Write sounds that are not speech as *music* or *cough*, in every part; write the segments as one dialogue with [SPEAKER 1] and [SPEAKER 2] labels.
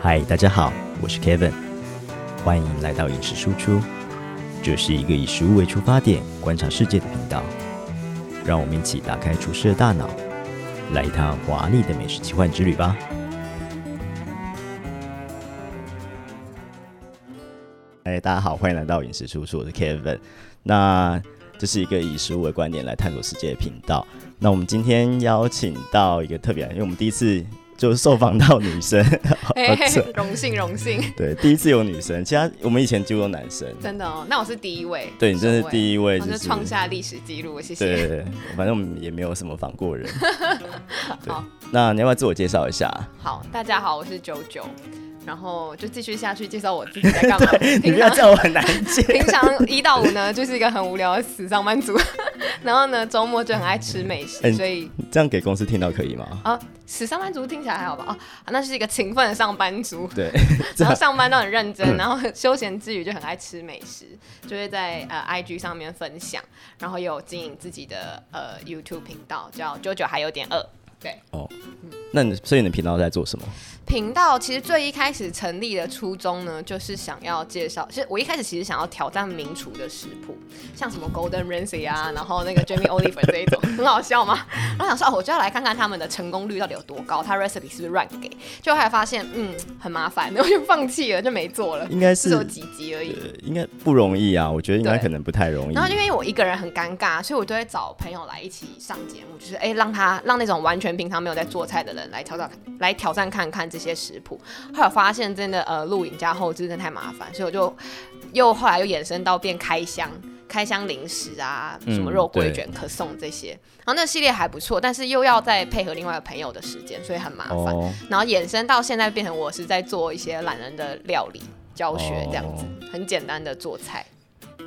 [SPEAKER 1] 嗨，大家好，我是 Kevin，欢迎来到饮食输出。这是一个以食物为出发点观察世界的频道，让我们一起打开厨师的大脑，来一趟华丽的美食奇幻之旅吧。嗨，哎大家好，欢迎来到饮食输出，我是 Kevin。那这是一个以食物为观点来探索世界的频道。那我们今天邀请到一个特别来宾，因为我们第一次就是受访到女生， *laughs* 这
[SPEAKER 2] 嘿嘿，哎 *laughs* 荣幸荣幸， *laughs*
[SPEAKER 1] 对，第一次有女生，其他我们以前几乎都男生。
[SPEAKER 2] 真的哦。那我是第一位，
[SPEAKER 1] 对你真是
[SPEAKER 2] 一
[SPEAKER 1] 第一位，
[SPEAKER 2] 我
[SPEAKER 1] 就是是
[SPEAKER 2] 创下历史记录，谢
[SPEAKER 1] 对对
[SPEAKER 2] 谢。
[SPEAKER 1] 对，反正我们也没有什么访
[SPEAKER 2] *laughs*
[SPEAKER 1] 过人。对
[SPEAKER 2] 好，
[SPEAKER 1] 那你要不要自我介绍一下？
[SPEAKER 2] 好，大家好，我是九九，然后就继续下去介绍我自己在
[SPEAKER 1] *laughs*
[SPEAKER 2] 干嘛。
[SPEAKER 1] 你
[SPEAKER 2] *laughs* 平
[SPEAKER 1] 不要
[SPEAKER 2] 常
[SPEAKER 1] 叫我很难接。
[SPEAKER 2] 平常一到五呢，就是一个很无聊的死上班族， *laughs* 然后呢周末就很爱吃美
[SPEAKER 1] 哎
[SPEAKER 2] 食，所以
[SPEAKER 1] 这样给公司听到可以吗？
[SPEAKER 2] 啊，死上班族听起来还好吧？哦，那就是一个勤奋的上班族。
[SPEAKER 1] 对，这
[SPEAKER 2] 然后
[SPEAKER 1] 样
[SPEAKER 2] 上班都很认真，然后休闲之余就很爱吃美食，就会在呃 IG 上面分享，然后也有经营自己的呃 YouTube 频道，叫九九还有点饿。对，
[SPEAKER 1] 哦。那你所以你的频道在做什么？
[SPEAKER 2] 频道其实最一开始成立的初衷呢，就是想要介绍，其实我一开始其实想要挑战名厨的食谱，像什么 Golden Ramsay 啊，然后那个 Jamie
[SPEAKER 1] *laughs*
[SPEAKER 2] Oliver 这一种，很好笑嘛。然后想说，哦，我就要来看看他们的成功率到底有多高，他 recipe 是不是乱给？就后来发现，嗯，很麻烦， *laughs* 然后就放弃了，就没做了。
[SPEAKER 1] 应该
[SPEAKER 2] 只
[SPEAKER 1] 是
[SPEAKER 2] 有几集而已。
[SPEAKER 1] 呃应该不容易啊，我觉得应该
[SPEAKER 2] 对
[SPEAKER 1] 可能不太容易
[SPEAKER 2] 然。后因为我一个人很尴尬，所以我都会找朋友来一起上节目，就是哎、诶让他让那种完全平常没有在做菜的人来挑战来挑战看看这些食谱。后来发现真的呃录影加后置真的太麻烦，所以我就又后来又衍生到变开箱。开箱零食啊，
[SPEAKER 1] 嗯
[SPEAKER 2] 什么肉桂
[SPEAKER 1] 对
[SPEAKER 2] 卷、可颂这些，然后那系列还不错，但是又要再配合另外一个朋友的时间，所以很麻烦。
[SPEAKER 1] 哦，
[SPEAKER 2] 然后衍生到现在变成我是在做一些懒人的料理教
[SPEAKER 1] 哦
[SPEAKER 2] 学这样子，很简单的做菜。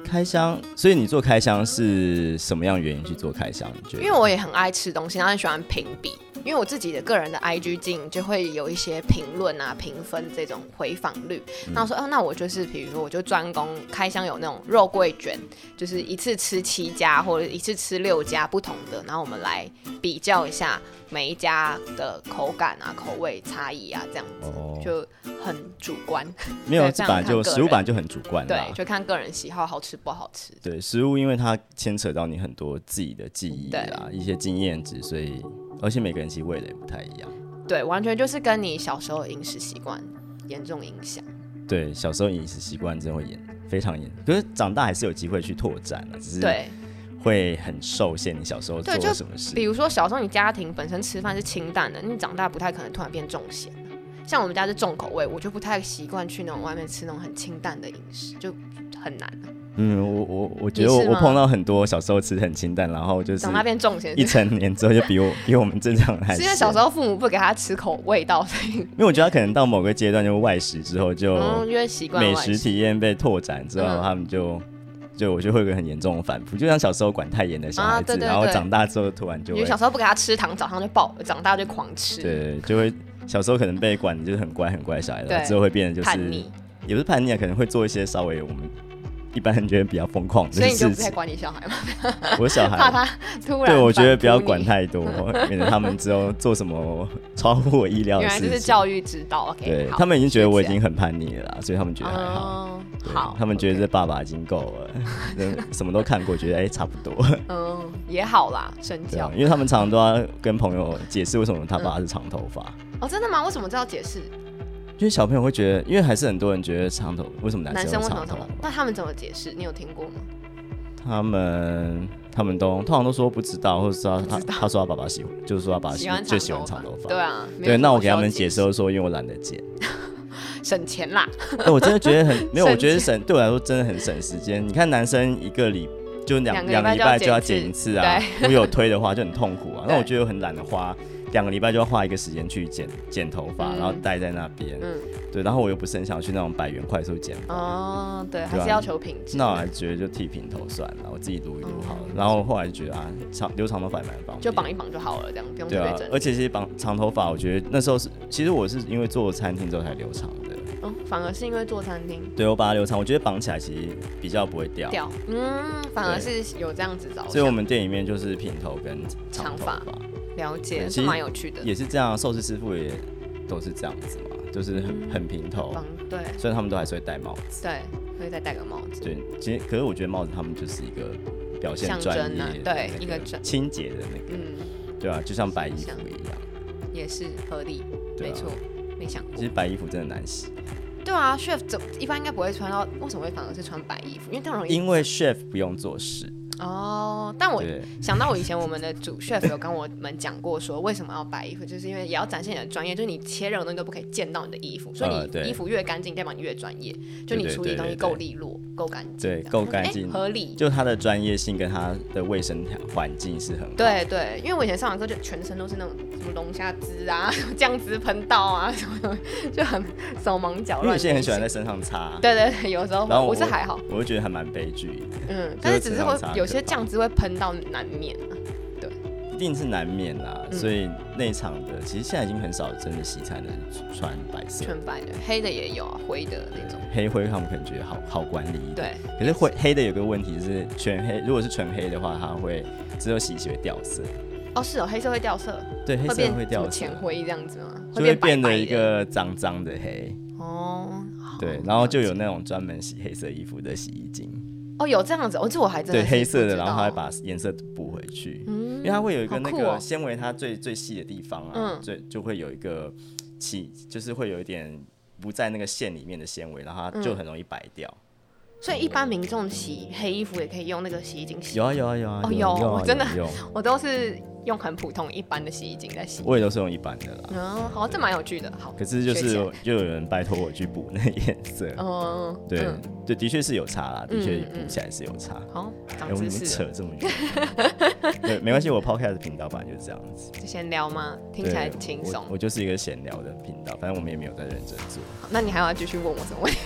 [SPEAKER 1] 开箱，所以你做开箱是什么样的原因去做开箱？你觉得？
[SPEAKER 2] 因为我也很爱吃东西，然后很喜欢评比。因为我自己的个人的 IG 经营就会有一些评论啊、评分这种回访率，
[SPEAKER 1] 嗯
[SPEAKER 2] 然后说，哦，那我就是比如说，我就专攻开箱有那种肉桂卷，就是一次吃七家或者一次吃六家不同的，然后我们来比较一下每一家的口感啊、口味差异啊，这样子
[SPEAKER 1] 哦，
[SPEAKER 2] 就很主观，
[SPEAKER 1] 没有，
[SPEAKER 2] 对
[SPEAKER 1] 这
[SPEAKER 2] 这样
[SPEAKER 1] 本来就
[SPEAKER 2] 看个人
[SPEAKER 1] 食物本来就很主观啊啦
[SPEAKER 2] 对，。就看个人喜好好吃不好吃。
[SPEAKER 1] 对，食物因为它牵扯到你很多自己的记忆啦，一些经验值，所以而且每个人其实味蕾不太一样。
[SPEAKER 2] 对，完全就是跟你小时候的饮食习惯严重影响。
[SPEAKER 1] 对，小时候饮食习惯真的会严，非常严。可是长大还是有机会去拓展啊，只是
[SPEAKER 2] 对。
[SPEAKER 1] 会很受限你小时候做
[SPEAKER 2] 对
[SPEAKER 1] 了
[SPEAKER 2] 就
[SPEAKER 1] 什么事
[SPEAKER 2] 比。如说，小时候你家庭本身吃饭是清淡的，你长大不太可能突然变重咸的。像我们家是重口味，我就不太习惯去那种外面吃那种很清淡的饮食，就很难。
[SPEAKER 1] 嗯，我我我觉得我
[SPEAKER 2] 你是
[SPEAKER 1] 我
[SPEAKER 2] 吗
[SPEAKER 1] 碰到很多小时候吃得很清淡，然后就是
[SPEAKER 2] 长大变重咸
[SPEAKER 1] 一
[SPEAKER 2] 是，
[SPEAKER 1] 成年之后就比我比我们正常人还
[SPEAKER 2] *laughs* 是因为小时
[SPEAKER 1] 候，
[SPEAKER 2] 候父母不给他吃口味道，所以
[SPEAKER 1] 因为我觉得他可能到某个阶段就外食之后就
[SPEAKER 2] 嗯，因为习惯
[SPEAKER 1] 哦美
[SPEAKER 2] 外
[SPEAKER 1] 食
[SPEAKER 2] 食。
[SPEAKER 1] 体验被拓展之后，
[SPEAKER 2] 嗯
[SPEAKER 1] 他们就就我就会有一个很严重的反扑，就像小时候管太严的小孩
[SPEAKER 2] 啊
[SPEAKER 1] 子，
[SPEAKER 2] 对对
[SPEAKER 1] 然后
[SPEAKER 2] 对
[SPEAKER 1] 长大之后突然就
[SPEAKER 2] 因
[SPEAKER 1] 会
[SPEAKER 2] 为小时候不给他吃糖，早上就暴，长大就狂吃，
[SPEAKER 1] 对就会小时候可能被管的就是很乖很乖的小孩，然后
[SPEAKER 2] 对
[SPEAKER 1] 之后会变得就是
[SPEAKER 2] 叛逆，
[SPEAKER 1] 也不是叛逆啊，可能会做一些稍微我们一般人觉得比较疯狂
[SPEAKER 2] 所
[SPEAKER 1] 的
[SPEAKER 2] 以你就
[SPEAKER 1] 事
[SPEAKER 2] 不太
[SPEAKER 1] 情。
[SPEAKER 2] 管你小孩嘛，
[SPEAKER 1] *laughs* 我小
[SPEAKER 2] 怕
[SPEAKER 1] 孩。
[SPEAKER 2] 他突然
[SPEAKER 1] 对，我觉得不要
[SPEAKER 2] 反扑
[SPEAKER 1] 管
[SPEAKER 2] 你。
[SPEAKER 1] 太多，免得他们之后做什么超乎我意料的
[SPEAKER 2] 原来这
[SPEAKER 1] 事
[SPEAKER 2] 是
[SPEAKER 1] 情。
[SPEAKER 2] 教育指导，OK，
[SPEAKER 1] 对
[SPEAKER 2] 好
[SPEAKER 1] 他们已经觉得我已
[SPEAKER 2] 学起
[SPEAKER 1] 经很叛逆了啦，所以他们觉
[SPEAKER 2] 来
[SPEAKER 1] 得还好。
[SPEAKER 2] 哦
[SPEAKER 1] 对
[SPEAKER 2] 好，
[SPEAKER 1] 他们觉得这爸爸已经够 *laughs* 了，那什么都看过，觉得哎、差不 *laughs* 多，
[SPEAKER 2] 嗯也好啦，身
[SPEAKER 1] 对
[SPEAKER 2] 教
[SPEAKER 1] 啊，。因为他们常常都要跟朋友解释为什么他爸是长头发，
[SPEAKER 2] 哦，真的吗？为什么这要解释？
[SPEAKER 1] 因为小朋友会觉得，因为还是很多人觉得长头为什么
[SPEAKER 2] 男
[SPEAKER 1] 男
[SPEAKER 2] 生
[SPEAKER 1] 生
[SPEAKER 2] 为
[SPEAKER 1] 会
[SPEAKER 2] 什么
[SPEAKER 1] 长
[SPEAKER 2] 长
[SPEAKER 1] 头
[SPEAKER 2] 头？
[SPEAKER 1] 发，
[SPEAKER 2] 那他们怎么解释？你有听过吗？
[SPEAKER 1] 他们他们都通常都说不知道，或者说他
[SPEAKER 2] 不知道
[SPEAKER 1] 他说他爸爸喜欢，就是说他爸啊喜欢就喜欢长头发，
[SPEAKER 2] 对啊。没有
[SPEAKER 1] 对，
[SPEAKER 2] 什么
[SPEAKER 1] 那我给他
[SPEAKER 2] 需要
[SPEAKER 1] 们解释，我说因为我懒得剪，
[SPEAKER 2] 释，省钱啦。
[SPEAKER 1] *laughs* 哎，我真的觉得很没有，
[SPEAKER 2] 省
[SPEAKER 1] 我觉得省对我来说真的很省时间。你看男生一个礼就两两
[SPEAKER 2] 两个
[SPEAKER 1] 个礼
[SPEAKER 2] 礼拜
[SPEAKER 1] 拜
[SPEAKER 2] 就
[SPEAKER 1] 就要
[SPEAKER 2] 要
[SPEAKER 1] 剪
[SPEAKER 2] 剪
[SPEAKER 1] 一
[SPEAKER 2] 一
[SPEAKER 1] 次
[SPEAKER 2] 次
[SPEAKER 1] 啊，如果有推的话就很痛苦啊。那
[SPEAKER 2] 对
[SPEAKER 1] 我觉得我很懒得花两个礼拜就要花一个时间去剪剪头发，
[SPEAKER 2] 嗯
[SPEAKER 1] 然后待在那边，
[SPEAKER 2] 嗯，
[SPEAKER 1] 对，然后我又不是很想去那种百元快速剪发。
[SPEAKER 2] 哦，对，还
[SPEAKER 1] 对啊
[SPEAKER 2] 是要求品质。
[SPEAKER 1] 那我还觉得就剃平头算了，我自己撸一撸好了。然后后来就觉得啊，长留长头发也蛮方便，
[SPEAKER 2] 哦就绑一绑就好了，这样不用
[SPEAKER 1] 对
[SPEAKER 2] 特别
[SPEAKER 1] 啊
[SPEAKER 2] 整。理。
[SPEAKER 1] 而且其实绑长头发，我觉得那时候是，其实我是因为做餐厅之后才留长的。
[SPEAKER 2] 哦，反而是因为做餐厅
[SPEAKER 1] 对，我把它留长，我觉得绑起来其实比较不会掉。
[SPEAKER 2] 掉，嗯，反而是有这样子找。
[SPEAKER 1] 所以我们店里面就是平头跟长头发，
[SPEAKER 2] 长了
[SPEAKER 1] 对
[SPEAKER 2] 解
[SPEAKER 1] 其实
[SPEAKER 2] 是蛮有趣的。
[SPEAKER 1] 也是这样。寿司师傅也都是这样子嘛，就是
[SPEAKER 2] 嗯
[SPEAKER 1] 很很平头，
[SPEAKER 2] 帮对
[SPEAKER 1] 虽然他们都还是会戴帽子。
[SPEAKER 2] 对，所以再戴个帽子。
[SPEAKER 1] 对，其实可是我觉得帽子他们就是一个表现
[SPEAKER 2] 象
[SPEAKER 1] 专
[SPEAKER 2] 征
[SPEAKER 1] 业
[SPEAKER 2] 啊
[SPEAKER 1] 的
[SPEAKER 2] 对
[SPEAKER 1] 那
[SPEAKER 2] 一个专
[SPEAKER 1] 清洁的那个，
[SPEAKER 2] 嗯，
[SPEAKER 1] 对啊，就像白衣
[SPEAKER 2] 像
[SPEAKER 1] 服一样。
[SPEAKER 2] 也是合理，
[SPEAKER 1] 对啊
[SPEAKER 2] 没错，没想过
[SPEAKER 1] 其。实白衣服真的难洗，
[SPEAKER 2] 对啊，chef 怎一般应该不会穿到，为什么会反而是穿白衣服？因为太容易
[SPEAKER 1] 因为 chef 不用做事。
[SPEAKER 2] 哦。但我
[SPEAKER 1] 对，
[SPEAKER 2] 想到我以前我们的主 chef 有跟我们讲过，说为什么要白衣服，就是因为也要展现你的专业，就是你切任何东西都不可以溅到你的衣服，所
[SPEAKER 1] 呃
[SPEAKER 2] 以
[SPEAKER 1] 对
[SPEAKER 2] 你衣服越干净，代表你越专业，就
[SPEAKER 1] 对
[SPEAKER 2] 你
[SPEAKER 1] 对
[SPEAKER 2] 处理
[SPEAKER 1] 对
[SPEAKER 2] 东
[SPEAKER 1] 对
[SPEAKER 2] 西够
[SPEAKER 1] 对
[SPEAKER 2] 利落、够干净这
[SPEAKER 1] 对
[SPEAKER 2] 样，
[SPEAKER 1] 够
[SPEAKER 2] 我说
[SPEAKER 1] 干
[SPEAKER 2] 哎
[SPEAKER 1] 净
[SPEAKER 2] 合理。
[SPEAKER 1] 就他的专业性跟他的卫生条环境是很好。
[SPEAKER 2] 对对，因为我以前上完课就全身都是那种什么龙虾汁啊、 *laughs* 酱汁喷到啊 *laughs* 什么的，就很手忙脚
[SPEAKER 1] 因为
[SPEAKER 2] 乱。
[SPEAKER 1] 有些人很喜欢在。身上擦。
[SPEAKER 2] 对对对，有时候
[SPEAKER 1] 然后
[SPEAKER 2] 会我是还好，，
[SPEAKER 1] 我就觉得还蛮悲剧的，
[SPEAKER 2] 嗯，但是只是会
[SPEAKER 1] 正常擦
[SPEAKER 2] 有
[SPEAKER 1] 可
[SPEAKER 2] 些
[SPEAKER 1] 怕
[SPEAKER 2] 酱汁会喷到难免啊。
[SPEAKER 1] 一定是难免啦。
[SPEAKER 2] 嗯
[SPEAKER 1] 所以内场的其实现在已经很少真的西餐的人穿白色，
[SPEAKER 2] 纯白的、黑的也有啊，灰的那种。
[SPEAKER 1] 黑灰他们可能觉得好好管理一点。
[SPEAKER 2] 对，
[SPEAKER 1] 可是灰黑的有个问题是全黑，如果是纯黑的话，它会只有洗一洗会掉色，
[SPEAKER 2] 哦是哦，黑色会掉色，
[SPEAKER 1] 对，黑
[SPEAKER 2] 会
[SPEAKER 1] 色
[SPEAKER 2] 变
[SPEAKER 1] 会
[SPEAKER 2] 什
[SPEAKER 1] 掉
[SPEAKER 2] 么
[SPEAKER 1] 色
[SPEAKER 2] 浅，灰这样子吗？
[SPEAKER 1] 就会
[SPEAKER 2] 白
[SPEAKER 1] 变得
[SPEAKER 2] 白
[SPEAKER 1] 一个脏脏的黑。
[SPEAKER 2] 哦。好
[SPEAKER 1] 对，然后就有那种专门洗黑色衣服的洗衣精，
[SPEAKER 2] 哦，有这样子，哦，这我还真
[SPEAKER 1] 对，
[SPEAKER 2] 的是
[SPEAKER 1] 黑
[SPEAKER 2] 不
[SPEAKER 1] 色的，
[SPEAKER 2] 知
[SPEAKER 1] 然后它会
[SPEAKER 2] 道
[SPEAKER 1] 把颜色补回去。因
[SPEAKER 2] 嗯
[SPEAKER 1] 为它会有一个
[SPEAKER 2] 好
[SPEAKER 1] 那
[SPEAKER 2] 酷
[SPEAKER 1] 个
[SPEAKER 2] 哦
[SPEAKER 1] 纤维，它最最细的地方啊，
[SPEAKER 2] 嗯
[SPEAKER 1] 最就会有一个起，就是会有一点不在那个线里面的纤维，然后它就
[SPEAKER 2] 嗯
[SPEAKER 1] 很容易白掉。
[SPEAKER 2] 所以一般民众洗黑衣服也可以用那个洗衣精洗
[SPEAKER 1] 有，啊有啊有啊，
[SPEAKER 2] 哦
[SPEAKER 1] 有啊
[SPEAKER 2] 有我真的
[SPEAKER 1] 有啊有啊，
[SPEAKER 2] 我都是用很普通一般的洗衣精在洗。
[SPEAKER 1] 我也都是用一般的啦。
[SPEAKER 2] 嗯，好，这蛮有趣的，好。
[SPEAKER 1] 可是就
[SPEAKER 2] 学
[SPEAKER 1] 是
[SPEAKER 2] 起来
[SPEAKER 1] 有就有人拜托我去补那个颜色，
[SPEAKER 2] 嗯，
[SPEAKER 1] 对
[SPEAKER 2] 嗯
[SPEAKER 1] 对，的确是有差啦，的确
[SPEAKER 2] 嗯嗯
[SPEAKER 1] 补起来是有差。
[SPEAKER 2] 好，
[SPEAKER 1] 哎
[SPEAKER 2] 长
[SPEAKER 1] 我们
[SPEAKER 2] 知
[SPEAKER 1] 怎么
[SPEAKER 2] 识
[SPEAKER 1] 扯
[SPEAKER 2] 了，
[SPEAKER 1] 这么
[SPEAKER 2] *laughs*
[SPEAKER 1] 远？对，没关系，我 podcast 频道本来就是这样子，
[SPEAKER 2] 就先聊吗？听
[SPEAKER 1] 对
[SPEAKER 2] 起来轻
[SPEAKER 1] 我
[SPEAKER 2] 松
[SPEAKER 1] 我。就是一个闲聊的频道，反正我们也没有在认真做。
[SPEAKER 2] 好那你还要继续问我什么问题？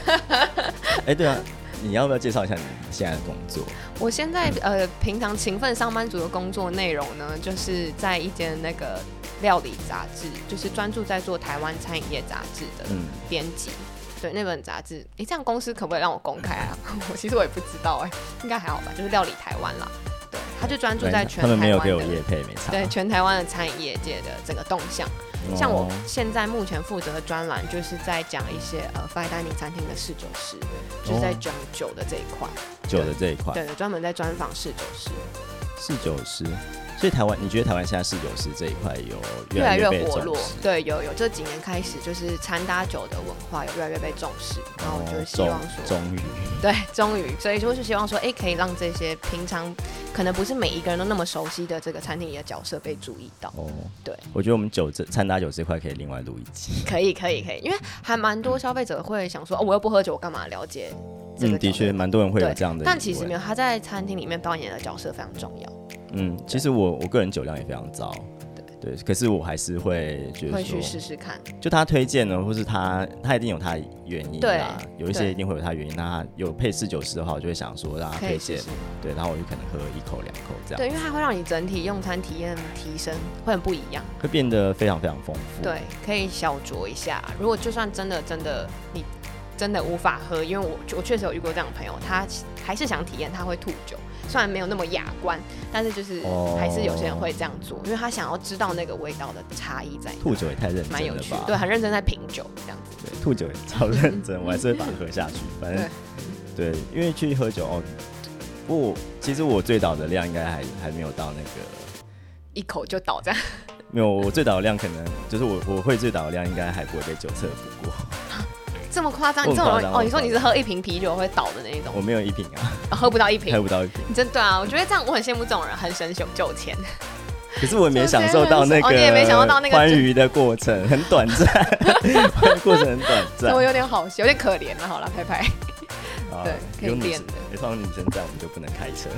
[SPEAKER 1] 哎，对啊，你要不要介绍一下你现在的工作？
[SPEAKER 2] 我现在呃，平常勤奋上班族的工作内容呢，就是在一间那个料理杂志，就是专注在做台湾餐饮业杂志的
[SPEAKER 1] 嗯。
[SPEAKER 2] 编辑。对那本杂志，诶，这样公司可不可以让我公开
[SPEAKER 1] *laughs*
[SPEAKER 2] 啊？我其实我也不知道哎、应该还好吧，就是料理台湾啦。对，他就专注在全
[SPEAKER 1] 他们没
[SPEAKER 2] 台
[SPEAKER 1] 有
[SPEAKER 2] 湾
[SPEAKER 1] 给我
[SPEAKER 2] 的，
[SPEAKER 1] 业啊配，没差。
[SPEAKER 2] 对全台湾的餐饮业界的整个动向。
[SPEAKER 1] 哦
[SPEAKER 2] 像我现在目前负责的专栏，就是在讲一些呃 fine dining 餐厅的侍酒师，就是在讲酒的这一块，
[SPEAKER 1] 酒的这一块，
[SPEAKER 2] 对对，专门在专访侍酒师，
[SPEAKER 1] 侍酒师。所以台湾，你觉得台湾现在侍酒师这一块有
[SPEAKER 2] 越来
[SPEAKER 1] 越
[SPEAKER 2] 越
[SPEAKER 1] 被
[SPEAKER 2] 活
[SPEAKER 1] 重
[SPEAKER 2] 络
[SPEAKER 1] 视。
[SPEAKER 2] 对，有有这几年开始，就是餐搭酒的文化有越来越被重视，然后我就
[SPEAKER 1] 哦
[SPEAKER 2] 希望说，
[SPEAKER 1] 终终于，
[SPEAKER 2] 对，终于，所以就是希望说，哎，可以让这些平常可能不是每一个人都那么熟悉的这个餐厅里的角色被注意到。
[SPEAKER 1] 哦，
[SPEAKER 2] 对，
[SPEAKER 1] 我觉得我们酒这餐搭酒这块可以另外录一集。
[SPEAKER 2] 可以，可以，可以，因为还蛮多消费者会想说，哦，我又不喝酒，我干嘛了解这个角色？
[SPEAKER 1] 嗯，的确，蛮多人会
[SPEAKER 2] 对，
[SPEAKER 1] 有这样的疑问。
[SPEAKER 2] 但其实没有，他在餐厅里面扮演的角色非常重要，
[SPEAKER 1] 嗯，其实我我个人酒量也非常糟。对，可是我还是会觉得
[SPEAKER 2] 会去试
[SPEAKER 1] 说，
[SPEAKER 2] 试看。
[SPEAKER 1] 就他推荐呢，或是他他一定有他的原因
[SPEAKER 2] 对
[SPEAKER 1] 啦，有一些
[SPEAKER 2] 对
[SPEAKER 1] 一定会有他的原因。那他有配侍酒师的话，我就会想说让他
[SPEAKER 2] 可
[SPEAKER 1] 推
[SPEAKER 2] 以试
[SPEAKER 1] 荐
[SPEAKER 2] 试，
[SPEAKER 1] 对，然后我就可能喝一口两口这样。
[SPEAKER 2] 对，因为它会让你整体用餐体验提升，会很不一样。
[SPEAKER 1] 会变得非常非常丰富。
[SPEAKER 2] 对，可以小酌一下。如果就算真的真的你真的无法喝，因为我我确实有遇过这样的朋友，他还是想体验，他会吐酒，虽然没有那么雅观，但是就是
[SPEAKER 1] 哦
[SPEAKER 2] 还是有些人会这样做，因为他想要知道那个味道的差异在哪。
[SPEAKER 1] 吐酒也太认真
[SPEAKER 2] 蛮有
[SPEAKER 1] 了
[SPEAKER 2] 趣的
[SPEAKER 1] 吧？，
[SPEAKER 2] 对，很认真在品酒这样子。
[SPEAKER 1] 对，吐酒也超认真，我还是会把它喝下去。反正对，因为去喝酒哦，不过我其实我醉倒的量应该还还没有到那个，
[SPEAKER 2] 一口就倒这样， *laughs*
[SPEAKER 1] 没有我醉倒的量可能就是我我会醉倒的量应该还不会被酒测不过，
[SPEAKER 2] 这么夸张？
[SPEAKER 1] 我很
[SPEAKER 2] 你这么
[SPEAKER 1] 夸
[SPEAKER 2] 容
[SPEAKER 1] 张
[SPEAKER 2] 易
[SPEAKER 1] 我
[SPEAKER 2] 哦？
[SPEAKER 1] 很
[SPEAKER 2] 你说
[SPEAKER 1] 夸
[SPEAKER 2] 你是喝一瓶啤酒会倒的那一种哦
[SPEAKER 1] 我，没有一瓶啊，
[SPEAKER 2] 喝不到一
[SPEAKER 1] 喝
[SPEAKER 2] 瓶，
[SPEAKER 1] 不到一瓶，
[SPEAKER 2] 你真对啊！我觉得这样我很羡慕这种人，很省酒酒钱。
[SPEAKER 1] 可是我也没享受到那
[SPEAKER 2] 哦
[SPEAKER 1] 个，
[SPEAKER 2] 你也没享受到那个
[SPEAKER 1] 欢愉的过
[SPEAKER 2] *laughs*
[SPEAKER 1] 程，很短暂，欢愉过程很短暂
[SPEAKER 2] 我。有点好，有点可怜了。好了，拍拍。
[SPEAKER 1] 啊
[SPEAKER 2] 对可以
[SPEAKER 1] 有女
[SPEAKER 2] 练
[SPEAKER 1] 生
[SPEAKER 2] 的，
[SPEAKER 1] 哎放女生在我们就不能开车。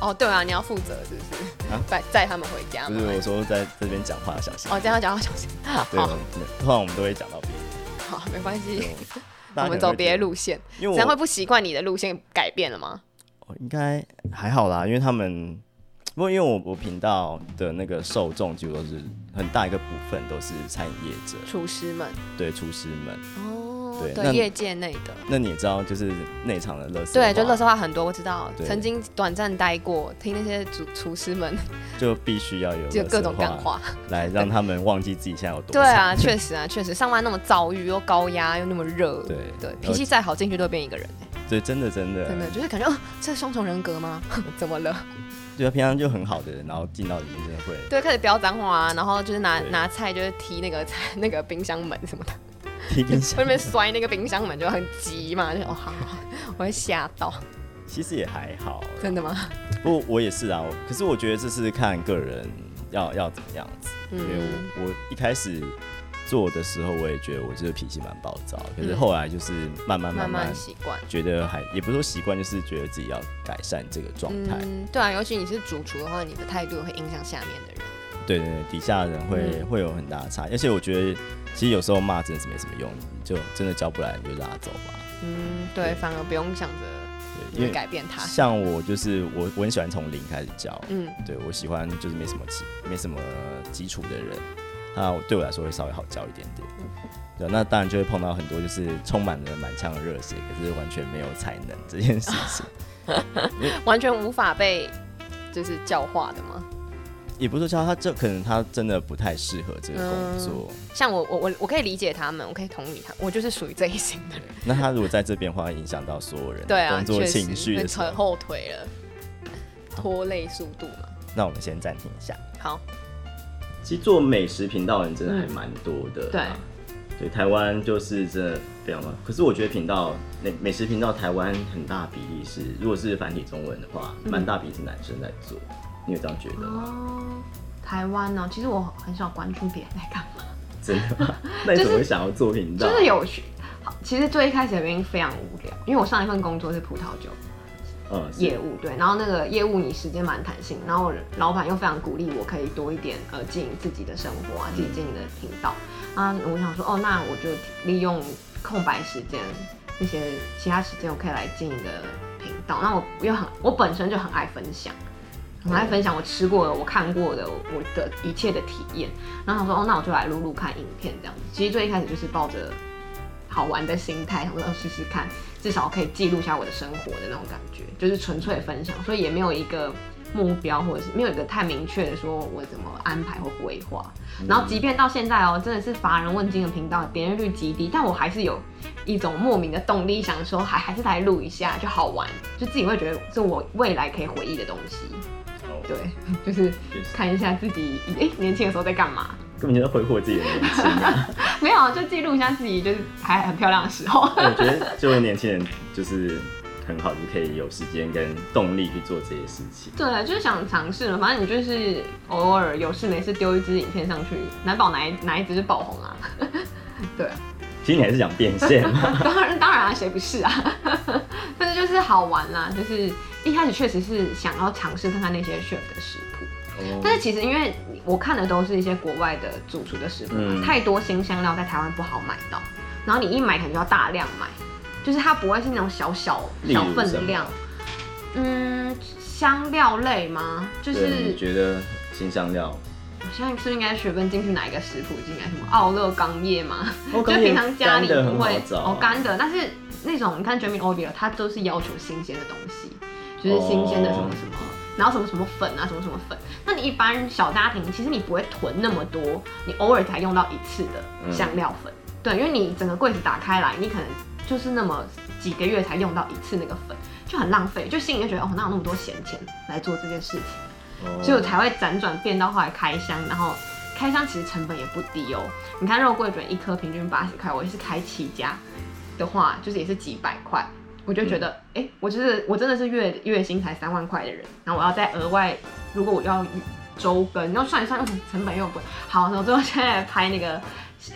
[SPEAKER 2] 哦，对啊，你要负责是不
[SPEAKER 1] 啊
[SPEAKER 2] *laughs* 是？载载他们回家
[SPEAKER 1] 不
[SPEAKER 2] 嘛
[SPEAKER 1] 是。我说在这边讲话小心。
[SPEAKER 2] 哦，这样讲要小心。
[SPEAKER 1] *laughs* 对，啊我
[SPEAKER 2] 好
[SPEAKER 1] 们通常我们都会讲到别人。
[SPEAKER 2] 好，没关系，
[SPEAKER 1] 大家
[SPEAKER 2] *laughs* 我们
[SPEAKER 1] 可能
[SPEAKER 2] 走
[SPEAKER 1] 啊会
[SPEAKER 2] 别的
[SPEAKER 1] 觉得，
[SPEAKER 2] 路线，
[SPEAKER 1] 因
[SPEAKER 2] 这
[SPEAKER 1] 为
[SPEAKER 2] 样会
[SPEAKER 1] 我
[SPEAKER 2] 不习惯你的路线改变了吗？
[SPEAKER 1] 我应该还好啦，因为他们不过因为我我频道的那个受众几乎都是很大一个部分都是餐饮业者，
[SPEAKER 2] 厨师们
[SPEAKER 1] 对厨师们，
[SPEAKER 2] 哦，
[SPEAKER 1] 对那
[SPEAKER 2] 对，业界内的，
[SPEAKER 1] 那你也知道，就是内场的乐色，
[SPEAKER 2] 对，就乐色话很多，我知道，
[SPEAKER 1] 对
[SPEAKER 2] 曾经短暂待过，听那些厨厨师们
[SPEAKER 1] 就必须要有
[SPEAKER 2] *laughs* 就各种干
[SPEAKER 1] 干
[SPEAKER 2] 话，
[SPEAKER 1] 来让他们忘记自己现在有多
[SPEAKER 2] 对啊，
[SPEAKER 1] 惨
[SPEAKER 2] 确实啊，确实，上班那么躁郁，又高压，又那么热，
[SPEAKER 1] 对
[SPEAKER 2] 对，
[SPEAKER 1] 然后
[SPEAKER 2] 脾气再好，进去都会变一个人、欸
[SPEAKER 1] 对，真的真的
[SPEAKER 2] 真的就是感觉，哦，这是双重人格吗？ *laughs* 怎么了？
[SPEAKER 1] 就平常就很好的人，然后进到里面真的会
[SPEAKER 2] 对，开始飙脏话啊，然后就是拿
[SPEAKER 1] 对
[SPEAKER 2] 拿菜就是踢那个菜 *laughs* 那个冰箱门什么的，
[SPEAKER 1] 踢
[SPEAKER 2] *laughs*
[SPEAKER 1] 冰
[SPEAKER 2] 外
[SPEAKER 1] 箱，
[SPEAKER 2] 面摔那个冰箱门就很急嘛，就哦好好，好我会吓到，
[SPEAKER 1] 其实也还好。啊
[SPEAKER 2] 真的吗？
[SPEAKER 1] 不，我也是啊。我可是我觉得这是看个人要要怎么样子，
[SPEAKER 2] 嗯
[SPEAKER 1] 因为我我一开始做的时候，我也觉得我这个脾气蛮暴躁，可是后来就是慢慢慢
[SPEAKER 2] 嗯慢
[SPEAKER 1] 慢
[SPEAKER 2] 慢习惯。
[SPEAKER 1] 觉得还也不是说习惯，就是觉得自己要改善这个状态。
[SPEAKER 2] 嗯，对啊，尤其你是主厨的话，你的态度会影响下面的人。
[SPEAKER 1] 对对对，底下的人会、
[SPEAKER 2] 嗯
[SPEAKER 1] 会有很大的差异，而且我觉得其实有时候骂真的是没什么用，你就真的教不来你就拉走吧。
[SPEAKER 2] 嗯，对，
[SPEAKER 1] 对
[SPEAKER 2] 反而不用想着
[SPEAKER 1] 对，因
[SPEAKER 2] 你
[SPEAKER 1] 为
[SPEAKER 2] 改变他。
[SPEAKER 1] 像我就是我我很喜欢从零开始教，
[SPEAKER 2] 嗯，
[SPEAKER 1] 对我喜欢就是没什么基没什么基础的人，那我对我来说会稍微好教一点点。对，那当然就会碰到很多就是充满了满腔的热血，可是完全没有才能这件事情，
[SPEAKER 2] *laughs* 嗯完全无法被就是教化的吗？
[SPEAKER 1] 也不是说教他，这可能他真的不太适合这个工作。
[SPEAKER 2] 像我，我，我，我可以理解他们，我可以同理他，我就是属于这一型的人。
[SPEAKER 1] 那他如果在这边的话，影响到所有人
[SPEAKER 2] 对啊，
[SPEAKER 1] 工作
[SPEAKER 2] 确实
[SPEAKER 1] 情绪
[SPEAKER 2] 会
[SPEAKER 1] 的时
[SPEAKER 2] 扯
[SPEAKER 1] 候，
[SPEAKER 2] 后腿了，拖累速度嘛。
[SPEAKER 1] 那我们先暂停一下。
[SPEAKER 2] 好，
[SPEAKER 1] 其实做美食频道的人真的还蛮多的、啊对，
[SPEAKER 2] 对，
[SPEAKER 1] 台湾就是真的非常多。可是我觉得频道美美食频道台湾很大比例是，如果是繁体中文的话，蛮大比例是男生在做。你有这样觉得吗？
[SPEAKER 2] 哦，台湾呢、其实我很少关注别人在干嘛。
[SPEAKER 1] 真的
[SPEAKER 2] *laughs*
[SPEAKER 1] 吗？那你怎么会想要做频道？
[SPEAKER 2] 嗯就是有趣。好其实最一开始的原因非常无聊，因为我上一份工作是葡萄酒
[SPEAKER 1] 嗯，是
[SPEAKER 2] 业务，对，然后那个业务你时间蛮弹性，然后我老板又非常鼓励我可以多一点呃经营自己的生活啊，自己经营的频道啊，我想说哦，那我就利用空白时间那些其他时间，我可以来经营的频道。那我又很我本身就很爱分享。很爱分享我吃过的、我看过的、我的一切的体验，然后想说哦，那我就来录录看影片这样子。其实最一开始就是抱着好玩的心态，想说要试试看，至少可以记录下我的生活的那种感觉，就是纯粹分享，所以也没有一个目标，或者是没有一个太明确的说我怎么安排或规划。然后
[SPEAKER 1] 嗯
[SPEAKER 2] 即便到现在哦，真的是乏人问津的频道，点阅率极低，但我还是有一种莫名的动力，想说还还是来录一下，就好玩，就自己会觉得是我未来可以回忆的东西。
[SPEAKER 1] 哦
[SPEAKER 2] 对， *laughs* 就是
[SPEAKER 1] 确实
[SPEAKER 2] 看一下自己哎、诶年轻的时候在干嘛， *laughs*
[SPEAKER 1] 根本就在挥霍自己的年轻 *laughs* 啊！
[SPEAKER 2] 没有就记录一下自己就是还很漂亮的时候。 *laughs*
[SPEAKER 1] 我觉得就是年轻人就是很好，就可以有时间跟动力去做这些事情。
[SPEAKER 2] 对，啊就是想尝试嘛，反正你就是偶尔有事没事丢一支影片上去，难保哪一哪一支是爆红啊？对，
[SPEAKER 1] 其实你还是想变现
[SPEAKER 2] *laughs*
[SPEAKER 1] 嘛？
[SPEAKER 2] 当然当然啊，谁不是啊？ *laughs* 但是就是好玩啦，就是一开始确实是想要尝试看看那些 chef 的食谱，
[SPEAKER 1] 嗯
[SPEAKER 2] 但是其实因为我看的都是一些国外的主厨的食谱嘛，
[SPEAKER 1] 嗯
[SPEAKER 2] 太多新香料在台湾不好买到，然后你一买可能就要大量买，就是它不会是那种小小
[SPEAKER 1] 例如
[SPEAKER 2] 小
[SPEAKER 1] 什么
[SPEAKER 2] 分量，嗯，香料类吗？就
[SPEAKER 1] 对，
[SPEAKER 2] 是
[SPEAKER 1] 你觉得新香料？
[SPEAKER 2] 我现在是不是应该学分进去哪一个食谱进来？什么奥勒冈叶吗？
[SPEAKER 1] 我
[SPEAKER 2] 就平常家里
[SPEAKER 1] 的
[SPEAKER 2] 不
[SPEAKER 1] 很好
[SPEAKER 2] 会
[SPEAKER 1] 找啊
[SPEAKER 2] 哦干的，但是那种你看 Jamie Oliver 他都是要求新鲜的东西，就是
[SPEAKER 1] 哦
[SPEAKER 2] 新鲜的什么什么。然后什么什么粉啊，什么什么粉，那你一般小家庭其实你不会囤那么多，你偶尔才用到一次
[SPEAKER 1] 嗯
[SPEAKER 2] 的香料粉，对，因为你整个柜子打开来，你可能就是那么几个月才用到一次那个粉，就很浪费，就心里就觉得哦，哪有那么多闲钱来做这件事情？
[SPEAKER 1] 哦
[SPEAKER 2] 所以我才会辗转变到后来开箱，然后开箱其实成本也不低哦。你看肉桂卷一颗平均八十块，我也是开七家的话，就是也是几百块，我就
[SPEAKER 1] 嗯
[SPEAKER 2] 觉得，哎、我就是我真的是月月薪才三万块的人，然后我要再额外，如果我要周更，然后算一算，嗯成本又不好，然后最后现在拍那个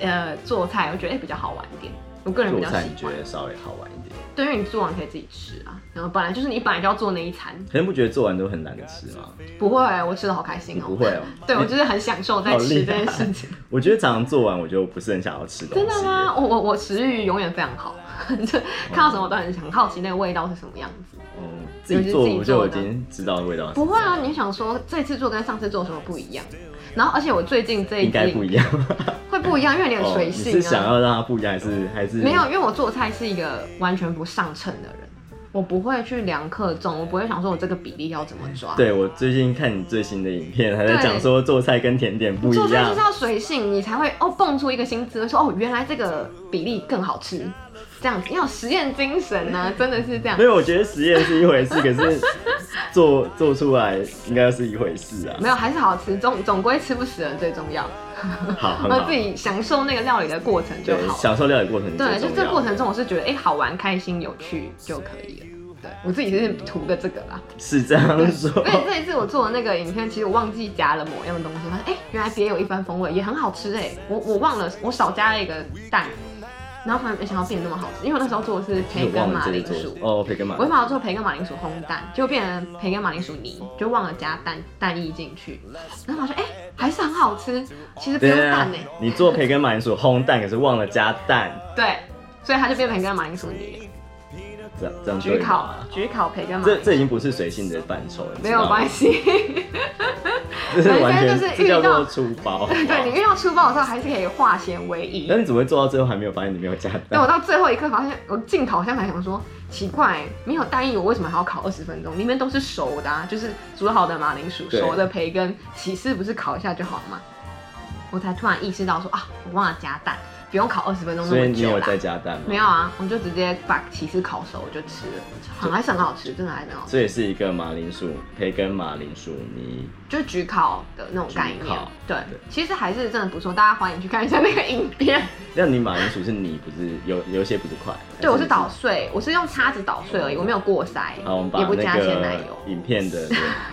[SPEAKER 2] 呃做菜，我觉得哎、诶比较好玩一点，我个人比
[SPEAKER 1] 哦做
[SPEAKER 2] 较
[SPEAKER 1] 菜
[SPEAKER 2] 喜
[SPEAKER 1] 你觉
[SPEAKER 2] 欢。
[SPEAKER 1] 得稍微好玩一点，
[SPEAKER 2] 对，因为你做完可以自己吃啊，然后本来就是你本来就要做那一餐，
[SPEAKER 1] 可能不觉得做完都很难吃吗？
[SPEAKER 2] 不会，我吃的好开心
[SPEAKER 1] 你
[SPEAKER 2] 哦、
[SPEAKER 1] 不会哦、
[SPEAKER 2] *laughs* 对，我就是很享受在
[SPEAKER 1] 好
[SPEAKER 2] 吃
[SPEAKER 1] 厉
[SPEAKER 2] 这件
[SPEAKER 1] 害
[SPEAKER 2] 事情。
[SPEAKER 1] 我觉得常常做完我就不是很想要吃东西。
[SPEAKER 2] 真的吗？？我我我食欲永远非常好， *laughs* 就
[SPEAKER 1] 哦
[SPEAKER 2] 看到什么都很很好奇那个味道是什么样子。
[SPEAKER 1] 嗯，自己做我就已经知道味道是
[SPEAKER 2] 不会啊，你想说这次做跟上次做有什么不一样？然后而且我最近这
[SPEAKER 1] 应
[SPEAKER 2] 一季
[SPEAKER 1] 该不一样。哦
[SPEAKER 2] 会不一样，因为你很随性、啊
[SPEAKER 1] 你是想要让它不一样，还是还是
[SPEAKER 2] 没有，？因为我做菜是一个完全不上秤的人，我不会去量克重，我不会想说我这个比例要怎么抓。，
[SPEAKER 1] 对我最近看你最新的影片，还在
[SPEAKER 2] 对
[SPEAKER 1] 讲说做菜跟甜点不一
[SPEAKER 2] 做菜
[SPEAKER 1] 样
[SPEAKER 2] 就是，要随性，你才会哦蹦出一个新滋味，说哦原来这个比例更好吃，这样子要有实验精神呢、啊真的是这样
[SPEAKER 1] 没。有，我觉得实验是一回事，可是做做出来应该是一回事啊。
[SPEAKER 2] 没有，还是好吃，总总归吃不死人最重要。
[SPEAKER 1] 好，很
[SPEAKER 2] 我
[SPEAKER 1] 好
[SPEAKER 2] 哦自。己享受那个料理的过程就
[SPEAKER 1] 对，
[SPEAKER 2] 好了。
[SPEAKER 1] 享受料理过程是最
[SPEAKER 2] 对，就
[SPEAKER 1] 重
[SPEAKER 2] 这
[SPEAKER 1] 要
[SPEAKER 2] 过
[SPEAKER 1] 的
[SPEAKER 2] 程中，我是觉得哎、诶好玩、开心、有趣就可以了。对我自己是图个这个
[SPEAKER 1] *laughs*
[SPEAKER 2] 啦。
[SPEAKER 1] 是这样说
[SPEAKER 2] 而。且这一次我做的那个影片，其实我忘记加了某样东西，发现哎，原来别有一番风味，也很好吃哎、我我忘了，我少加了一个蛋，然后反正没想到变得那么好吃，因为我那时候做的是培
[SPEAKER 1] *laughs* 我
[SPEAKER 2] 根
[SPEAKER 1] 忘了
[SPEAKER 2] 马
[SPEAKER 1] 这里
[SPEAKER 2] 铃
[SPEAKER 1] 做
[SPEAKER 2] 薯。
[SPEAKER 1] 哦，培根马
[SPEAKER 2] 我想要做培根马铃薯烘蛋，结果变成培根马铃薯泥，就忘了加蛋蛋液进去。然后我说，哎、还是很好吃，其实不
[SPEAKER 1] 对
[SPEAKER 2] 用
[SPEAKER 1] 啊
[SPEAKER 2] 蛋呢、，欸
[SPEAKER 1] 你做培根马铃薯烘蛋，可是忘了加蛋，
[SPEAKER 2] 对，所以它就变培根马铃薯泥，
[SPEAKER 1] 这样这样
[SPEAKER 2] 焗
[SPEAKER 1] 对
[SPEAKER 2] 烤
[SPEAKER 1] 吗？
[SPEAKER 2] 焗烤培根马
[SPEAKER 1] 这
[SPEAKER 2] 铃薯，
[SPEAKER 1] 这已经不是随性的范畴了，你知
[SPEAKER 2] 没有
[SPEAKER 1] 道吗
[SPEAKER 2] 关，系。
[SPEAKER 1] *laughs* 这是完全
[SPEAKER 2] 人生就是
[SPEAKER 1] 这
[SPEAKER 2] 遇
[SPEAKER 1] 叫做
[SPEAKER 2] 到
[SPEAKER 1] 粗包。
[SPEAKER 2] *laughs* 对你遇到粗暴的时候，还是可以化险为夷。
[SPEAKER 1] 但你怎么会做到最后还没有发现你没有
[SPEAKER 2] *laughs*
[SPEAKER 1] 加蛋
[SPEAKER 2] 但我？到最后一刻发现，我进烤箱才想说，奇怪，没有蛋液，我为什么还要烤二十分钟？里面都是熟的、啊，就是煮好的马铃薯、
[SPEAKER 1] 对
[SPEAKER 2] 熟的培根，起司不是烤一下就好了吗？我才突然意识到说啊，我忘了加蛋，不用烤二十分钟
[SPEAKER 1] 所
[SPEAKER 2] 那
[SPEAKER 1] 以
[SPEAKER 2] 么
[SPEAKER 1] 你有
[SPEAKER 2] 久啦。
[SPEAKER 1] 在加蛋吗？
[SPEAKER 2] 没有。啊，我就直接把起司烤熟，我就吃了，很还是很好吃，真的还是很好吃，
[SPEAKER 1] 这也是一个马铃薯培根马铃薯泥，
[SPEAKER 2] 就是焗烤的那种概
[SPEAKER 1] 焗
[SPEAKER 2] 念
[SPEAKER 1] 烤。
[SPEAKER 2] 对
[SPEAKER 1] 对，
[SPEAKER 2] 其实还是真的不错，大家欢迎去看一下那个影片。
[SPEAKER 1] 那你马铃薯是泥，不是有有一些不是块？还
[SPEAKER 2] 对，我是
[SPEAKER 1] 你
[SPEAKER 2] 捣碎，我是用叉子捣碎而已，我没有过筛
[SPEAKER 1] 好，我们，把
[SPEAKER 2] 也不
[SPEAKER 1] 那
[SPEAKER 2] 加鲜奶
[SPEAKER 1] 个
[SPEAKER 2] 油。
[SPEAKER 1] 影片的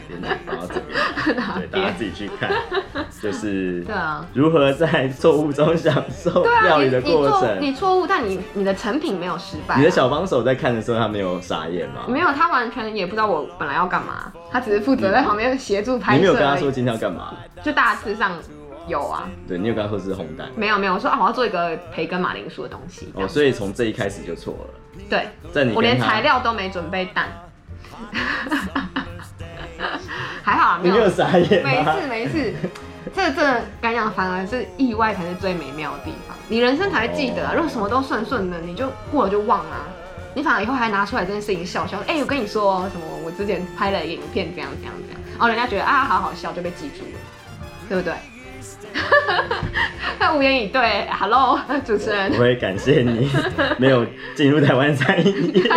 [SPEAKER 1] 连连接放到这
[SPEAKER 2] *laughs*
[SPEAKER 1] 边，对，大家自己去看，就是
[SPEAKER 2] 对啊，
[SPEAKER 1] 如何在错误中享受
[SPEAKER 2] 对啊，
[SPEAKER 1] 料
[SPEAKER 2] 你
[SPEAKER 1] 理
[SPEAKER 2] 你
[SPEAKER 1] 的过
[SPEAKER 2] 错
[SPEAKER 1] 程。
[SPEAKER 2] 你错误，但你你的成品没有失败啊、
[SPEAKER 1] 你的小帮手在看的时候，他没有傻眼吗？
[SPEAKER 2] 没有，他完全也不知道我本来要干嘛，他只是负责在旁边协助拍
[SPEAKER 1] 嗯你没有
[SPEAKER 2] 摄
[SPEAKER 1] 跟他
[SPEAKER 2] 而
[SPEAKER 1] 说
[SPEAKER 2] 已。
[SPEAKER 1] 今天要干嘛？
[SPEAKER 2] 就大致上有啊，
[SPEAKER 1] 对你有跟他说是红蛋
[SPEAKER 2] 没有没有，我说啊，我要做一个培根马铃薯的东西。
[SPEAKER 1] 哦，所以从这一开始就错了，
[SPEAKER 2] 对，
[SPEAKER 1] 在你
[SPEAKER 2] 我
[SPEAKER 1] 跟
[SPEAKER 2] 连
[SPEAKER 1] 他
[SPEAKER 2] 材料都没准备蛋， *laughs* 还好啊，没
[SPEAKER 1] 你没
[SPEAKER 2] 有
[SPEAKER 1] 有傻眼
[SPEAKER 2] 没
[SPEAKER 1] 吗？
[SPEAKER 2] 事没
[SPEAKER 1] *laughs*
[SPEAKER 2] 事，这这该讲反而是意外才是最美妙的地方，你人生才会记得啊。
[SPEAKER 1] 哦
[SPEAKER 2] 如果什么都顺顺的，你就过了就忘了啊、你反而以后还拿出来这件事情笑笑，哎、我跟你说哦什么，我之前拍了一个影片，怎样怎样怎样，然后人家觉得啊，好好笑就被记住了，对不 *laughs* 对？他无言以对，Hello，主持人
[SPEAKER 1] 我，会感谢
[SPEAKER 2] *laughs*
[SPEAKER 1] 你没有进入台湾餐饮业。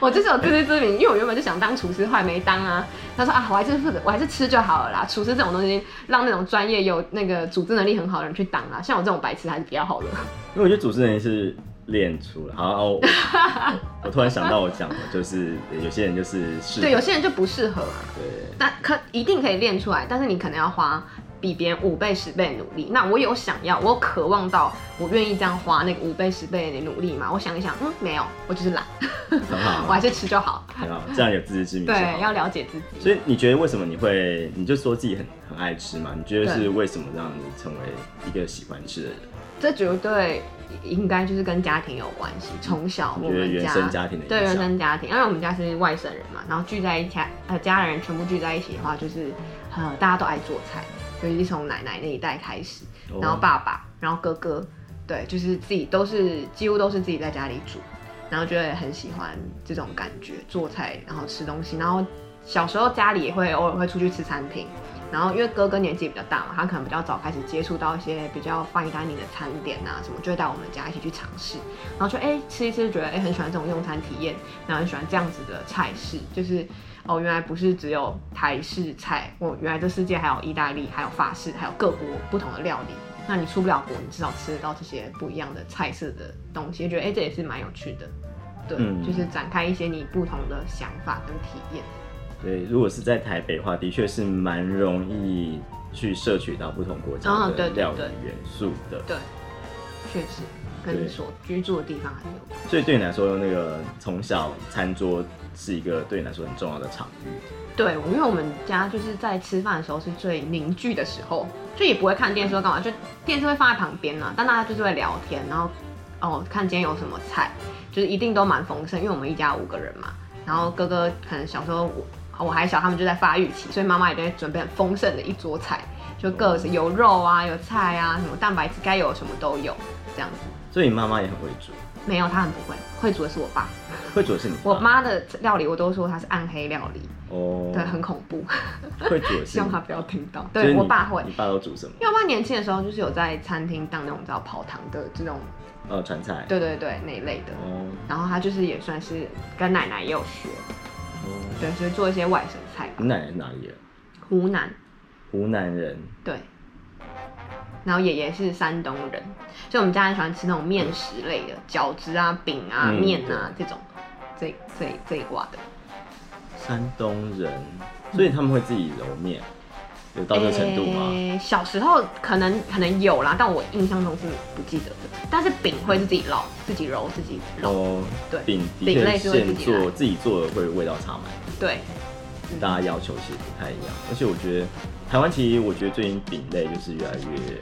[SPEAKER 2] 我就是有自知之明，因为我原本就想当厨师，后来没当啊。他说啊，我还是负责，我还是吃就好了啦。厨师这种东西，让那种专业有那个组织能力很好的人去当啊，像我这种白痴还是比较好的。
[SPEAKER 1] 因为我觉得主持人是练出了。好，哦我我我突然想到我讲的就是有些人就是是
[SPEAKER 2] 对，有些人就不适合啊，
[SPEAKER 1] 对
[SPEAKER 2] 但可一定可以练出来，但是你可能要花比别人五倍十倍的努力。那我有想要，我有渴望到我愿意这样花那个五倍十倍的努力嘛？我想一想，嗯，没有，我就是懒，
[SPEAKER 1] 很好
[SPEAKER 2] *laughs* 我还是吃就好。
[SPEAKER 1] 很好，这样有自知之明。
[SPEAKER 2] 对，要。了解自己。
[SPEAKER 1] 所以你觉得为什么你会？你就说自己很很爱吃嘛？你觉得
[SPEAKER 2] 对
[SPEAKER 1] 是为什么让你成为一个喜欢吃的人？
[SPEAKER 2] 这绝对应该就是跟家庭有关系。从小
[SPEAKER 1] 你
[SPEAKER 2] 我
[SPEAKER 1] 觉得
[SPEAKER 2] 们
[SPEAKER 1] 原
[SPEAKER 2] 家
[SPEAKER 1] 生家庭的
[SPEAKER 2] 对
[SPEAKER 1] 影
[SPEAKER 2] 原
[SPEAKER 1] 响？
[SPEAKER 2] 生家庭，因为我们家是外省人嘛，然后聚在一起，呃，家人全部聚在一起的话，就是呃，大家都爱做菜，尤其是从奶奶那一代开始，
[SPEAKER 1] 哦
[SPEAKER 2] 然后爸爸，然后哥哥，对，就是自己都是几乎都是自己在家里煮，然后就会很喜欢这种感觉，做菜然后吃东西，然后小时候家里也会偶尔会出去吃餐厅。然后因为哥哥年纪比较大嘛，他可能比较早开始接触到一些比较 fine dining 的餐点啊什么，就会带我们家一起去尝试，然后就哎、吃一吃，觉得哎、很喜欢这种用餐体验，然后很喜欢这样子的菜式，就是哦原来不是只有台式菜，我原来这世界还有意大利，还有法式，还有各国不同的料理。那你出不了国，你至少吃得到这些不一样的菜式的东西，觉得哎、这也是蛮有趣的，对，
[SPEAKER 1] 嗯
[SPEAKER 2] 就是展开一些你不同的想法跟体验。
[SPEAKER 1] 对，如果是在台北的话，的确是蛮容易去摄取到不同国家
[SPEAKER 2] 啊
[SPEAKER 1] 的
[SPEAKER 2] 对对
[SPEAKER 1] 料理
[SPEAKER 2] 对
[SPEAKER 1] 元素的。
[SPEAKER 2] 对，确实跟
[SPEAKER 1] 对
[SPEAKER 2] 你所居住的地方很有关。
[SPEAKER 1] 所以对你来说，那个从小餐桌是一个对你来说很重要的场域。
[SPEAKER 2] 对，因为我们家就是在吃饭的时候是最凝聚的时候，就也不会看电视或干嘛，就电视会放在旁边呢、但大家就是会聊天，然后哦看今天有什么菜，就是一定都蛮丰盛，因为我们一家五个人嘛，然后哥哥可能小时候我我还小，他们就在发育期，所以妈妈也都会准备很丰盛的一桌菜，就各有肉啊，有菜啊，什么蛋白质该有什么都有，这样子。
[SPEAKER 1] 所以你妈妈也很会煮，
[SPEAKER 2] 没有，他很不会，会煮的是我爸。
[SPEAKER 1] 会煮的是你
[SPEAKER 2] 我妈的料理我都说她是暗黑料理，
[SPEAKER 1] 哦，
[SPEAKER 2] 对，很恐怖，
[SPEAKER 1] 会煮的是
[SPEAKER 2] 希
[SPEAKER 1] 你
[SPEAKER 2] 望她不要听到。
[SPEAKER 1] 所以
[SPEAKER 2] 对
[SPEAKER 1] 你
[SPEAKER 2] 我爸会
[SPEAKER 1] 你，爸都煮什么？
[SPEAKER 2] 因为我爸年轻的时候就是有在餐厅当那种叫跑堂的这种，
[SPEAKER 1] 呃，川菜。
[SPEAKER 2] 对对对那一类的。
[SPEAKER 1] 哦。
[SPEAKER 2] 然后他就是也算是跟奶奶也有学，
[SPEAKER 1] 哦，
[SPEAKER 2] 对，所以做一些外省菜吧
[SPEAKER 1] 你。奶奶是哪里人？
[SPEAKER 2] 湖南，
[SPEAKER 1] 湖南人。
[SPEAKER 2] 对。然后爷爷是山东人，所以我们家很喜欢吃那种面食类的，饺子啊、饼啊、
[SPEAKER 1] 嗯
[SPEAKER 2] 面啊这种，这这这一挂的。
[SPEAKER 1] 山东人，
[SPEAKER 2] 嗯
[SPEAKER 1] 所以他们会自己揉面，有到这个程度吗？
[SPEAKER 2] 诶小时候可能可能有啦，但我印象中是不记得的。但是饼会是自己烙、自己揉、自己揉，
[SPEAKER 1] 哦，
[SPEAKER 2] 对
[SPEAKER 1] 饼的
[SPEAKER 2] 饼
[SPEAKER 1] 确
[SPEAKER 2] 类是会
[SPEAKER 1] 现
[SPEAKER 2] 自己来嗯
[SPEAKER 1] 做，自己做的会味道差蛮多，
[SPEAKER 2] 对，
[SPEAKER 1] 大家要求其实不太一样。而且我觉得台湾其实我觉得最近饼类就是越来越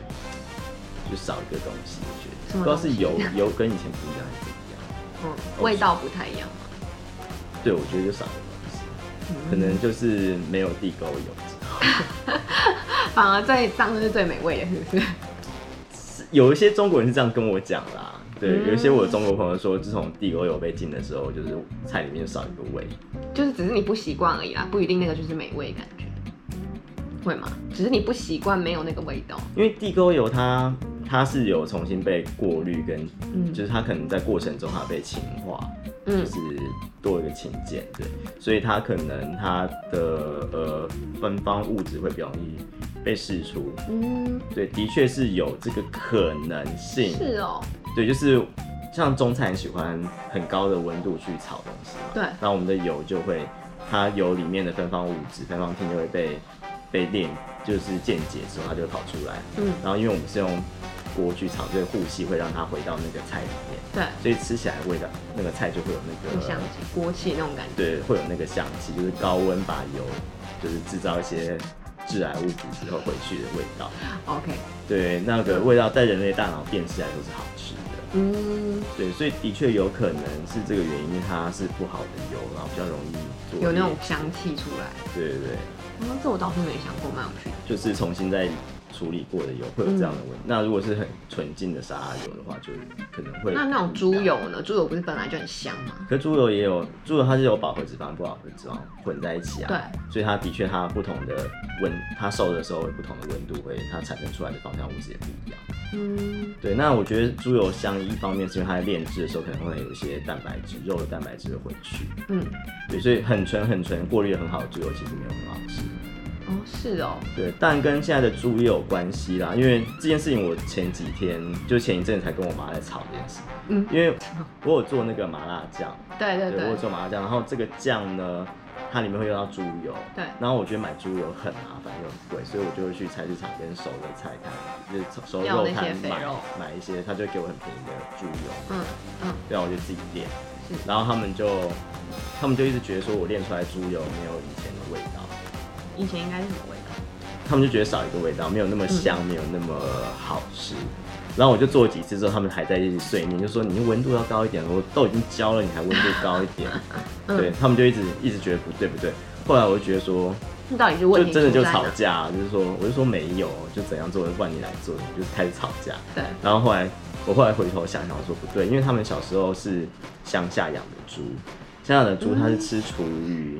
[SPEAKER 1] 就少一个东西，我觉
[SPEAKER 2] 什
[SPEAKER 1] 得不
[SPEAKER 2] 么
[SPEAKER 1] 知道
[SPEAKER 2] 东
[SPEAKER 1] 是
[SPEAKER 2] 西
[SPEAKER 1] 油油跟以前不一样还是怎么样。
[SPEAKER 2] 嗯，味道不太一样。
[SPEAKER 1] 对，我觉得就少一个东西，
[SPEAKER 2] 嗯
[SPEAKER 1] 可能就是没有地沟油，
[SPEAKER 2] 反而最脏的是最美味的，是不是？ *laughs*
[SPEAKER 1] 有一些中国人是这样跟我讲啦。对，
[SPEAKER 2] 嗯
[SPEAKER 1] 有一些我的中国朋友说，自从地沟油被禁的时候，就是菜里面就少一个味。
[SPEAKER 2] 就是只是你不习惯而已啦，不一定那个就是美味的感觉，会吗？只是你不习惯没有那个味道。
[SPEAKER 1] 因为地沟油它它是有重新被过滤跟，
[SPEAKER 2] 嗯
[SPEAKER 1] 就是它可能在过程中它被氢化，
[SPEAKER 2] 嗯
[SPEAKER 1] 就是多一个氢键，对，所以它可能它的呃芬芳物质会比较容易被释出，
[SPEAKER 2] 嗯，
[SPEAKER 1] 对，的确是有这个可能性，
[SPEAKER 2] 是哦，
[SPEAKER 1] 对，就是像中餐喜欢很高的温度去炒东西嘛，
[SPEAKER 2] 对
[SPEAKER 1] 那我们的油就会，它油里面的芬芳物质、芬芳烃就会被被炼，就是间解之后它就会跑出来，
[SPEAKER 2] 嗯，
[SPEAKER 1] 然后因为我们是用锅去炒，所以护气会让它回到那个菜里面，
[SPEAKER 2] 对，
[SPEAKER 1] 所以吃起来味道那个菜就会有那
[SPEAKER 2] 就
[SPEAKER 1] 个
[SPEAKER 2] 像锅气那种感觉。
[SPEAKER 1] 对，会有那个香气，就是高温把油就是制造一些致癌物质之后回去的味道，
[SPEAKER 2] OK，
[SPEAKER 1] 对，那个味道在人类大脑辨识来都是好吃的。
[SPEAKER 2] 嗯，
[SPEAKER 1] 对，所以的确有可能是这个原因，因为它是不好的油，然后比较容易做
[SPEAKER 2] 有那种
[SPEAKER 1] 裂
[SPEAKER 2] 香气出来。
[SPEAKER 1] 对对对，
[SPEAKER 2] 哦，这我倒是没想过，蛮有趣的。
[SPEAKER 1] 就是重新再处理过的油会有
[SPEAKER 2] 嗯
[SPEAKER 1] 这样的问题。那如果是很纯净的沙拉油的话，就可能会
[SPEAKER 2] 那那种猪，油呢？猪油不是本来就很香吗？
[SPEAKER 1] 可猪油也有猪油，它是有饱和脂肪、不饱和脂肪混在一起啊。
[SPEAKER 2] 对，
[SPEAKER 1] 所以它的确它不同的温，它受的时候有不同的温度会，它产生出来的芳香物质也不一样。
[SPEAKER 2] 嗯，
[SPEAKER 1] 对，那我觉得猪油香一方面是因为它在炼制的时候可能会有一些蛋白质，肉的蛋白质会回去。
[SPEAKER 2] 嗯，
[SPEAKER 1] 对，所以很纯很纯，过滤得很好的猪油其实没有很好吃。
[SPEAKER 2] 哦，是哦，
[SPEAKER 1] 对，但跟现在的猪也有关系啦，因为这件事情我前几天就前一阵子才跟我妈在吵这件事，
[SPEAKER 2] 嗯
[SPEAKER 1] 因为我有做那个麻辣酱，
[SPEAKER 2] 对对
[SPEAKER 1] 我有
[SPEAKER 2] 对，
[SPEAKER 1] 做麻辣酱，然后这个酱呢，它里面会用到猪油，
[SPEAKER 2] 对
[SPEAKER 1] 然后我觉得买猪油很麻烦又很贵，所以我就会去菜市场跟熟的菜摊，就是熟
[SPEAKER 2] 要
[SPEAKER 1] 肉
[SPEAKER 2] 那些
[SPEAKER 1] 摊
[SPEAKER 2] 肥
[SPEAKER 1] 买
[SPEAKER 2] 肉
[SPEAKER 1] 买一些，他就给我很便宜的猪油，
[SPEAKER 2] 嗯嗯，
[SPEAKER 1] 对啊，我就自己练
[SPEAKER 2] 是，
[SPEAKER 1] 然后他们就他们就一直觉得说我练出来猪油没有以前的味道，
[SPEAKER 2] 以前应该是什么味道？
[SPEAKER 1] 他们就觉得少一个味道，没有那么香，
[SPEAKER 2] 嗯
[SPEAKER 1] 没有那么好吃。然后我就做了几次之后，他们还在一直碎念，就说你温度要高一点，我都已经焦了，你还温度高一
[SPEAKER 2] *laughs*
[SPEAKER 1] 点，
[SPEAKER 2] 嗯
[SPEAKER 1] 对他们就一直一直觉得不对不对。后来我就觉得说，
[SPEAKER 2] 那到底是
[SPEAKER 1] 就
[SPEAKER 2] 问题
[SPEAKER 1] 真的就
[SPEAKER 2] 出在
[SPEAKER 1] 吵
[SPEAKER 2] 哪
[SPEAKER 1] 架，就是说，我就说没有，就怎样做，换你来做，就是开始吵架。
[SPEAKER 2] 对，
[SPEAKER 1] 然后后来我后来回头想想，我说不对，因为他们小时候是乡下养的猪，乡下的猪它是吃厨余，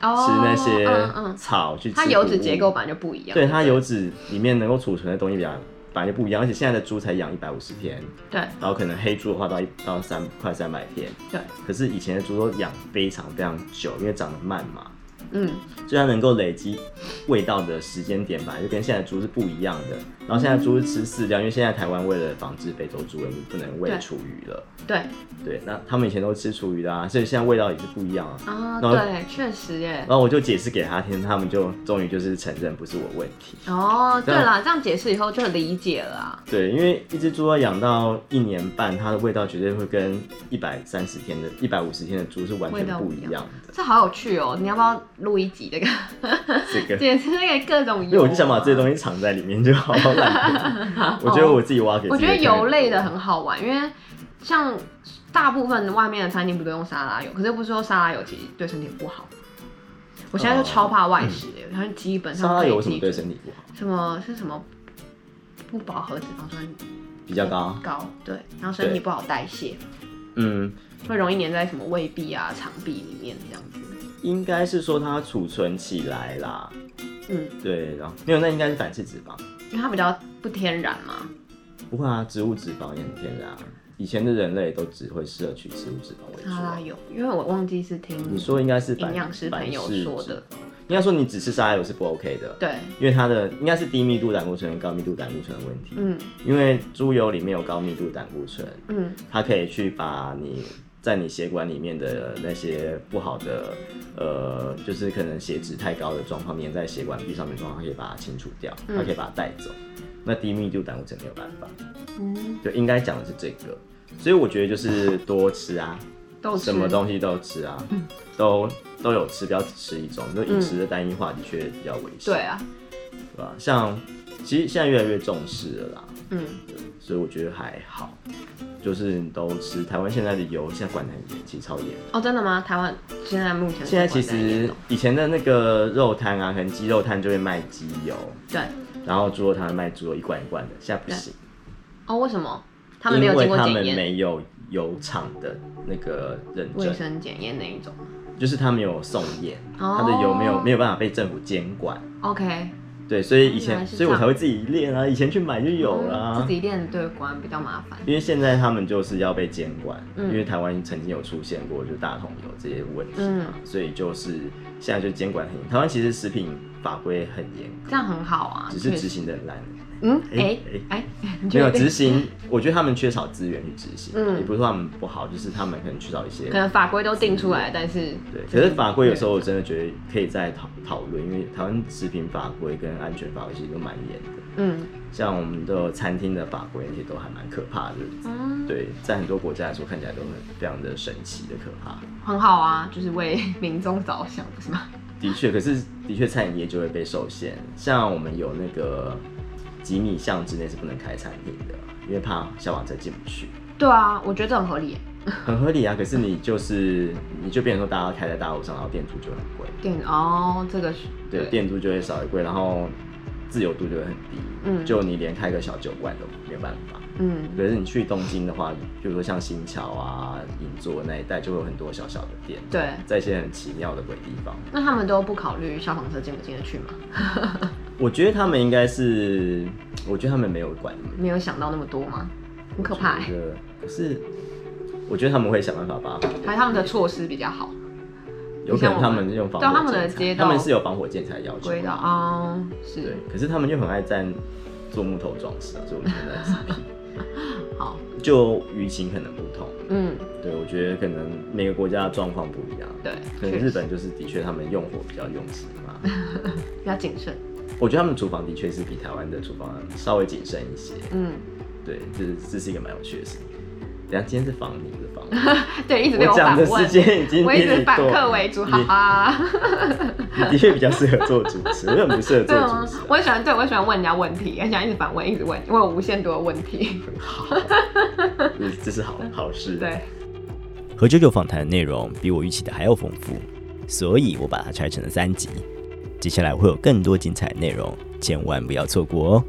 [SPEAKER 1] 吃那些
[SPEAKER 2] 嗯嗯，
[SPEAKER 1] 草去吃谷物，
[SPEAKER 2] 它油脂结构本来就不一样。
[SPEAKER 1] 对它油脂里面能够储存的东西比较本来就不一样，而且现在的猪才养一百五十天，
[SPEAKER 2] 对
[SPEAKER 1] 然后可能黑猪的话到一到三快三百天，
[SPEAKER 2] 对，
[SPEAKER 1] 可是以前的猪都养非常非常久，因为长得慢嘛，
[SPEAKER 2] 嗯，
[SPEAKER 1] 所以它能够累积味道的时间点本来就跟现在的猪是不一样的。然后现在猪是吃饲料，因为现在台湾为了防治非洲猪瘟，你不能喂
[SPEAKER 2] 对
[SPEAKER 1] 厨余了。
[SPEAKER 2] 对
[SPEAKER 1] 对，那他们以前都吃厨余的啊，所以现在味道也是不一样啊。
[SPEAKER 2] 啊，
[SPEAKER 1] 然后
[SPEAKER 2] 对，确实耶
[SPEAKER 1] 然。后我就解释给他听，他们就终于就是承认不是我问题。
[SPEAKER 2] 哦，对
[SPEAKER 1] 这样
[SPEAKER 2] 啦，这样解释以后就很理解了啊。
[SPEAKER 1] 对，因为一只猪要养到一年半，它的味道绝对会跟一百三十天的、一百五十天的猪是完全
[SPEAKER 2] 味道
[SPEAKER 1] 不
[SPEAKER 2] 不
[SPEAKER 1] 一
[SPEAKER 2] 一样
[SPEAKER 1] 样的。
[SPEAKER 2] 这好有趣哦！你要不要录一集这个？
[SPEAKER 1] 这个，
[SPEAKER 2] 解释那个各种油、
[SPEAKER 1] 因为我就想把这些东西藏在里面，就好好懒
[SPEAKER 2] *laughs*
[SPEAKER 1] 惰。我觉得我自己挖给
[SPEAKER 2] 啊我
[SPEAKER 1] 自己
[SPEAKER 2] 觉得
[SPEAKER 1] 看看
[SPEAKER 2] 油类的很好玩，因为像大部分外面的餐厅不都用沙拉油，可是不是说沙拉油其实对身体不好。我现在就超怕外食的，它、是基本
[SPEAKER 1] 哦嗯沙
[SPEAKER 2] 上
[SPEAKER 1] 拉
[SPEAKER 2] 可
[SPEAKER 1] 油
[SPEAKER 2] 以
[SPEAKER 1] 为什
[SPEAKER 2] 自
[SPEAKER 1] 么
[SPEAKER 2] 己
[SPEAKER 1] 对
[SPEAKER 2] 煮。
[SPEAKER 1] 身体不好？
[SPEAKER 2] 什么是什么不饱和脂肪酸
[SPEAKER 1] 比较高。
[SPEAKER 2] 高，对，然后身体
[SPEAKER 1] 对
[SPEAKER 2] 不好代谢，
[SPEAKER 1] 嗯，
[SPEAKER 2] 会容易粘在什么胃壁啊、肠壁里面这样子。
[SPEAKER 1] 应该是说它储存起来啦。
[SPEAKER 2] 嗯，
[SPEAKER 1] 对，然后没有，那应该是反式脂肪。
[SPEAKER 2] 因为它比较不天然嘛。
[SPEAKER 1] 不会啊，植物脂肪也很天然啊。以前的人类都只会摄取植物脂肪为主
[SPEAKER 2] 沙
[SPEAKER 1] 啊、
[SPEAKER 2] 拉油，因为我忘记是听
[SPEAKER 1] 你说应该是反
[SPEAKER 2] 营养师朋友说，
[SPEAKER 1] 反式脂
[SPEAKER 2] 的，
[SPEAKER 1] 应该说你只吃沙拉油是不 OK 的。
[SPEAKER 2] 对，
[SPEAKER 1] 因为它的应该是低密度胆固醇跟高密度胆固醇的问题。
[SPEAKER 2] 嗯
[SPEAKER 1] 因为猪油里面有高密度胆固醇，
[SPEAKER 2] 嗯，
[SPEAKER 1] 它可以去把你在你血管里面的那些不好的，呃，就是可能血脂太高的状况粘在血管壁上面的状况，它可以把它清除掉，它可以把它带走。那低密度胆固醇没有办法，
[SPEAKER 2] 嗯，
[SPEAKER 1] 对，应该讲的是这个。所以我觉得就是多吃啊，
[SPEAKER 2] 豆
[SPEAKER 1] 什
[SPEAKER 2] 豉
[SPEAKER 1] 么东西都吃啊，
[SPEAKER 2] 嗯
[SPEAKER 1] 都都有吃，不要只吃一种。就饮食的单一化的确比较危险，
[SPEAKER 2] 对啊，
[SPEAKER 1] 对吧？像其实现在越来越重视了啦，
[SPEAKER 2] 嗯，
[SPEAKER 1] 所以我觉得还好，就是你都吃。台湾现在的油现在管得很严，其实超严。
[SPEAKER 2] 哦，真的吗？台湾现在目前是
[SPEAKER 1] 现在
[SPEAKER 2] 管
[SPEAKER 1] 其
[SPEAKER 2] 得很严哦
[SPEAKER 1] 实
[SPEAKER 2] 重
[SPEAKER 1] 以前的那个肉摊啊，可能鸡肉摊就会卖鸡油，
[SPEAKER 2] 对，
[SPEAKER 1] 然后猪肉摊会卖猪肉一罐一罐的，现在不行，
[SPEAKER 2] 哦，为什么他们没
[SPEAKER 1] 因
[SPEAKER 2] 有
[SPEAKER 1] 为
[SPEAKER 2] 经过
[SPEAKER 1] 他们
[SPEAKER 2] 检验？
[SPEAKER 1] 没有油厂的那个认
[SPEAKER 2] 卫
[SPEAKER 1] 证，
[SPEAKER 2] 生检验那一种
[SPEAKER 1] 就是他没有送验，
[SPEAKER 2] 哦
[SPEAKER 1] 它的油没有没有办法被政府监管。
[SPEAKER 2] ，OK，
[SPEAKER 1] 对，所以以
[SPEAKER 2] 原
[SPEAKER 1] 前，
[SPEAKER 2] 来是
[SPEAKER 1] 所以我
[SPEAKER 2] 这样
[SPEAKER 1] 才会自己练啊，以前去买就有啦、
[SPEAKER 2] 嗯自己练对关比较麻烦。
[SPEAKER 1] 因为现在他们就是要被监管，
[SPEAKER 2] 嗯
[SPEAKER 1] 因为台湾曾经有出现过就大桶油这些问题嘛，
[SPEAKER 2] 嗯
[SPEAKER 1] 所以就是现在就监管很严。台湾其实食品法规很严，
[SPEAKER 2] 这样很好啊，
[SPEAKER 1] 只是
[SPEAKER 2] 确
[SPEAKER 1] 执
[SPEAKER 2] 实
[SPEAKER 1] 行的很烂。
[SPEAKER 2] 嗯，哎
[SPEAKER 1] 哎
[SPEAKER 2] 哎，你
[SPEAKER 1] 没
[SPEAKER 2] 觉
[SPEAKER 1] 有
[SPEAKER 2] 得
[SPEAKER 1] 执行，我觉得他们缺少资源去执行，
[SPEAKER 2] 嗯
[SPEAKER 1] 也不是说他们不好，就是他们可能缺少一些
[SPEAKER 2] 可。能法规都定出来，但是
[SPEAKER 1] 对，可是法规有时候我真的觉得可以再讨讨论，因为台湾食品法规跟安全法规其实都蛮严的，
[SPEAKER 2] 嗯
[SPEAKER 1] 像我们的餐厅的法规那些都还蛮可怕的。
[SPEAKER 2] 嗯，
[SPEAKER 1] 对，在很多国家来说看起来都很非常的神奇的可怕。
[SPEAKER 2] 很好啊，就是为民众着想，不是吗？
[SPEAKER 1] 的确，可是的确餐饮业就会被受限，像我们有那个几米巷之内是不能开餐厅的，因为怕消防车进不去，
[SPEAKER 2] 对啊，我觉得这很合理耶。
[SPEAKER 1] 很合理啊。可是你就是你就变成说大家开在大路上，然后店租就很贵，
[SPEAKER 2] 电哦，这个是
[SPEAKER 1] 对，店租就会少一贵，然后自由度就会很低，
[SPEAKER 2] 嗯
[SPEAKER 1] 就你连开个小酒馆都没有办法。
[SPEAKER 2] 嗯
[SPEAKER 1] 可是你去东京的话，比如说像新桥啊、银座那一带，就会有很多小小的店，
[SPEAKER 2] 对，
[SPEAKER 1] 在一些很奇妙的鬼地方。
[SPEAKER 2] 那他们都不考虑消防车进不进得去吗？
[SPEAKER 1] 我觉得他们应该是，我觉得他们没有管那么
[SPEAKER 2] 没有想到那么多吗？很可怕耶，
[SPEAKER 1] 我
[SPEAKER 2] 欸
[SPEAKER 1] 觉得可是，我觉得他们会想办法把，
[SPEAKER 2] 还是他们的措施比较好，
[SPEAKER 1] 有可能他们用防火
[SPEAKER 2] 对他们的
[SPEAKER 1] 建材
[SPEAKER 2] 街道
[SPEAKER 1] 他们是有防火建材要求
[SPEAKER 2] 归到
[SPEAKER 1] 的，
[SPEAKER 2] 哦，
[SPEAKER 1] 对
[SPEAKER 2] 是。
[SPEAKER 1] 可是他们又很爱占做木头装饰啊，所以我觉得是
[SPEAKER 2] *laughs* 好，
[SPEAKER 1] 就舆情可能不同。
[SPEAKER 2] 嗯，
[SPEAKER 1] 对，我觉得可能每个国家的状况不一样。
[SPEAKER 2] 对，
[SPEAKER 1] 可能
[SPEAKER 2] 确
[SPEAKER 1] 日
[SPEAKER 2] 实
[SPEAKER 1] 本就是的确他们用火比较用心嘛， *laughs*
[SPEAKER 2] 比较谨慎，
[SPEAKER 1] 我觉得他们厨房的确是比台湾的厨房稍微谨慎一些。
[SPEAKER 2] 嗯， *laughs*
[SPEAKER 1] 对，就是这是一个蛮有趣的事情。等一下今天是访你
[SPEAKER 2] *laughs*
[SPEAKER 1] 的访我，
[SPEAKER 2] 对，一直被
[SPEAKER 1] 我
[SPEAKER 2] 反
[SPEAKER 1] 讲的
[SPEAKER 2] 问，
[SPEAKER 1] 时间已经
[SPEAKER 2] 我一直
[SPEAKER 1] 比你
[SPEAKER 2] 反
[SPEAKER 1] 多
[SPEAKER 2] 客为主，
[SPEAKER 1] 你
[SPEAKER 2] 哈哈。
[SPEAKER 1] 你的确比较适合做主持，我很不适合做
[SPEAKER 2] 对
[SPEAKER 1] 主
[SPEAKER 2] 啊
[SPEAKER 1] 持啊、，
[SPEAKER 2] *laughs* 我很喜欢，对我很喜欢问人家问题，很喜欢一直反问，一直问，我有无限多的问题。
[SPEAKER 1] 嗯这是好好事。
[SPEAKER 2] 对，
[SPEAKER 3] 和九九访谈的内容比我预期的还要丰富，所以我把它拆成了三集。接下来会有更多精彩的内容，千万不要错过哦！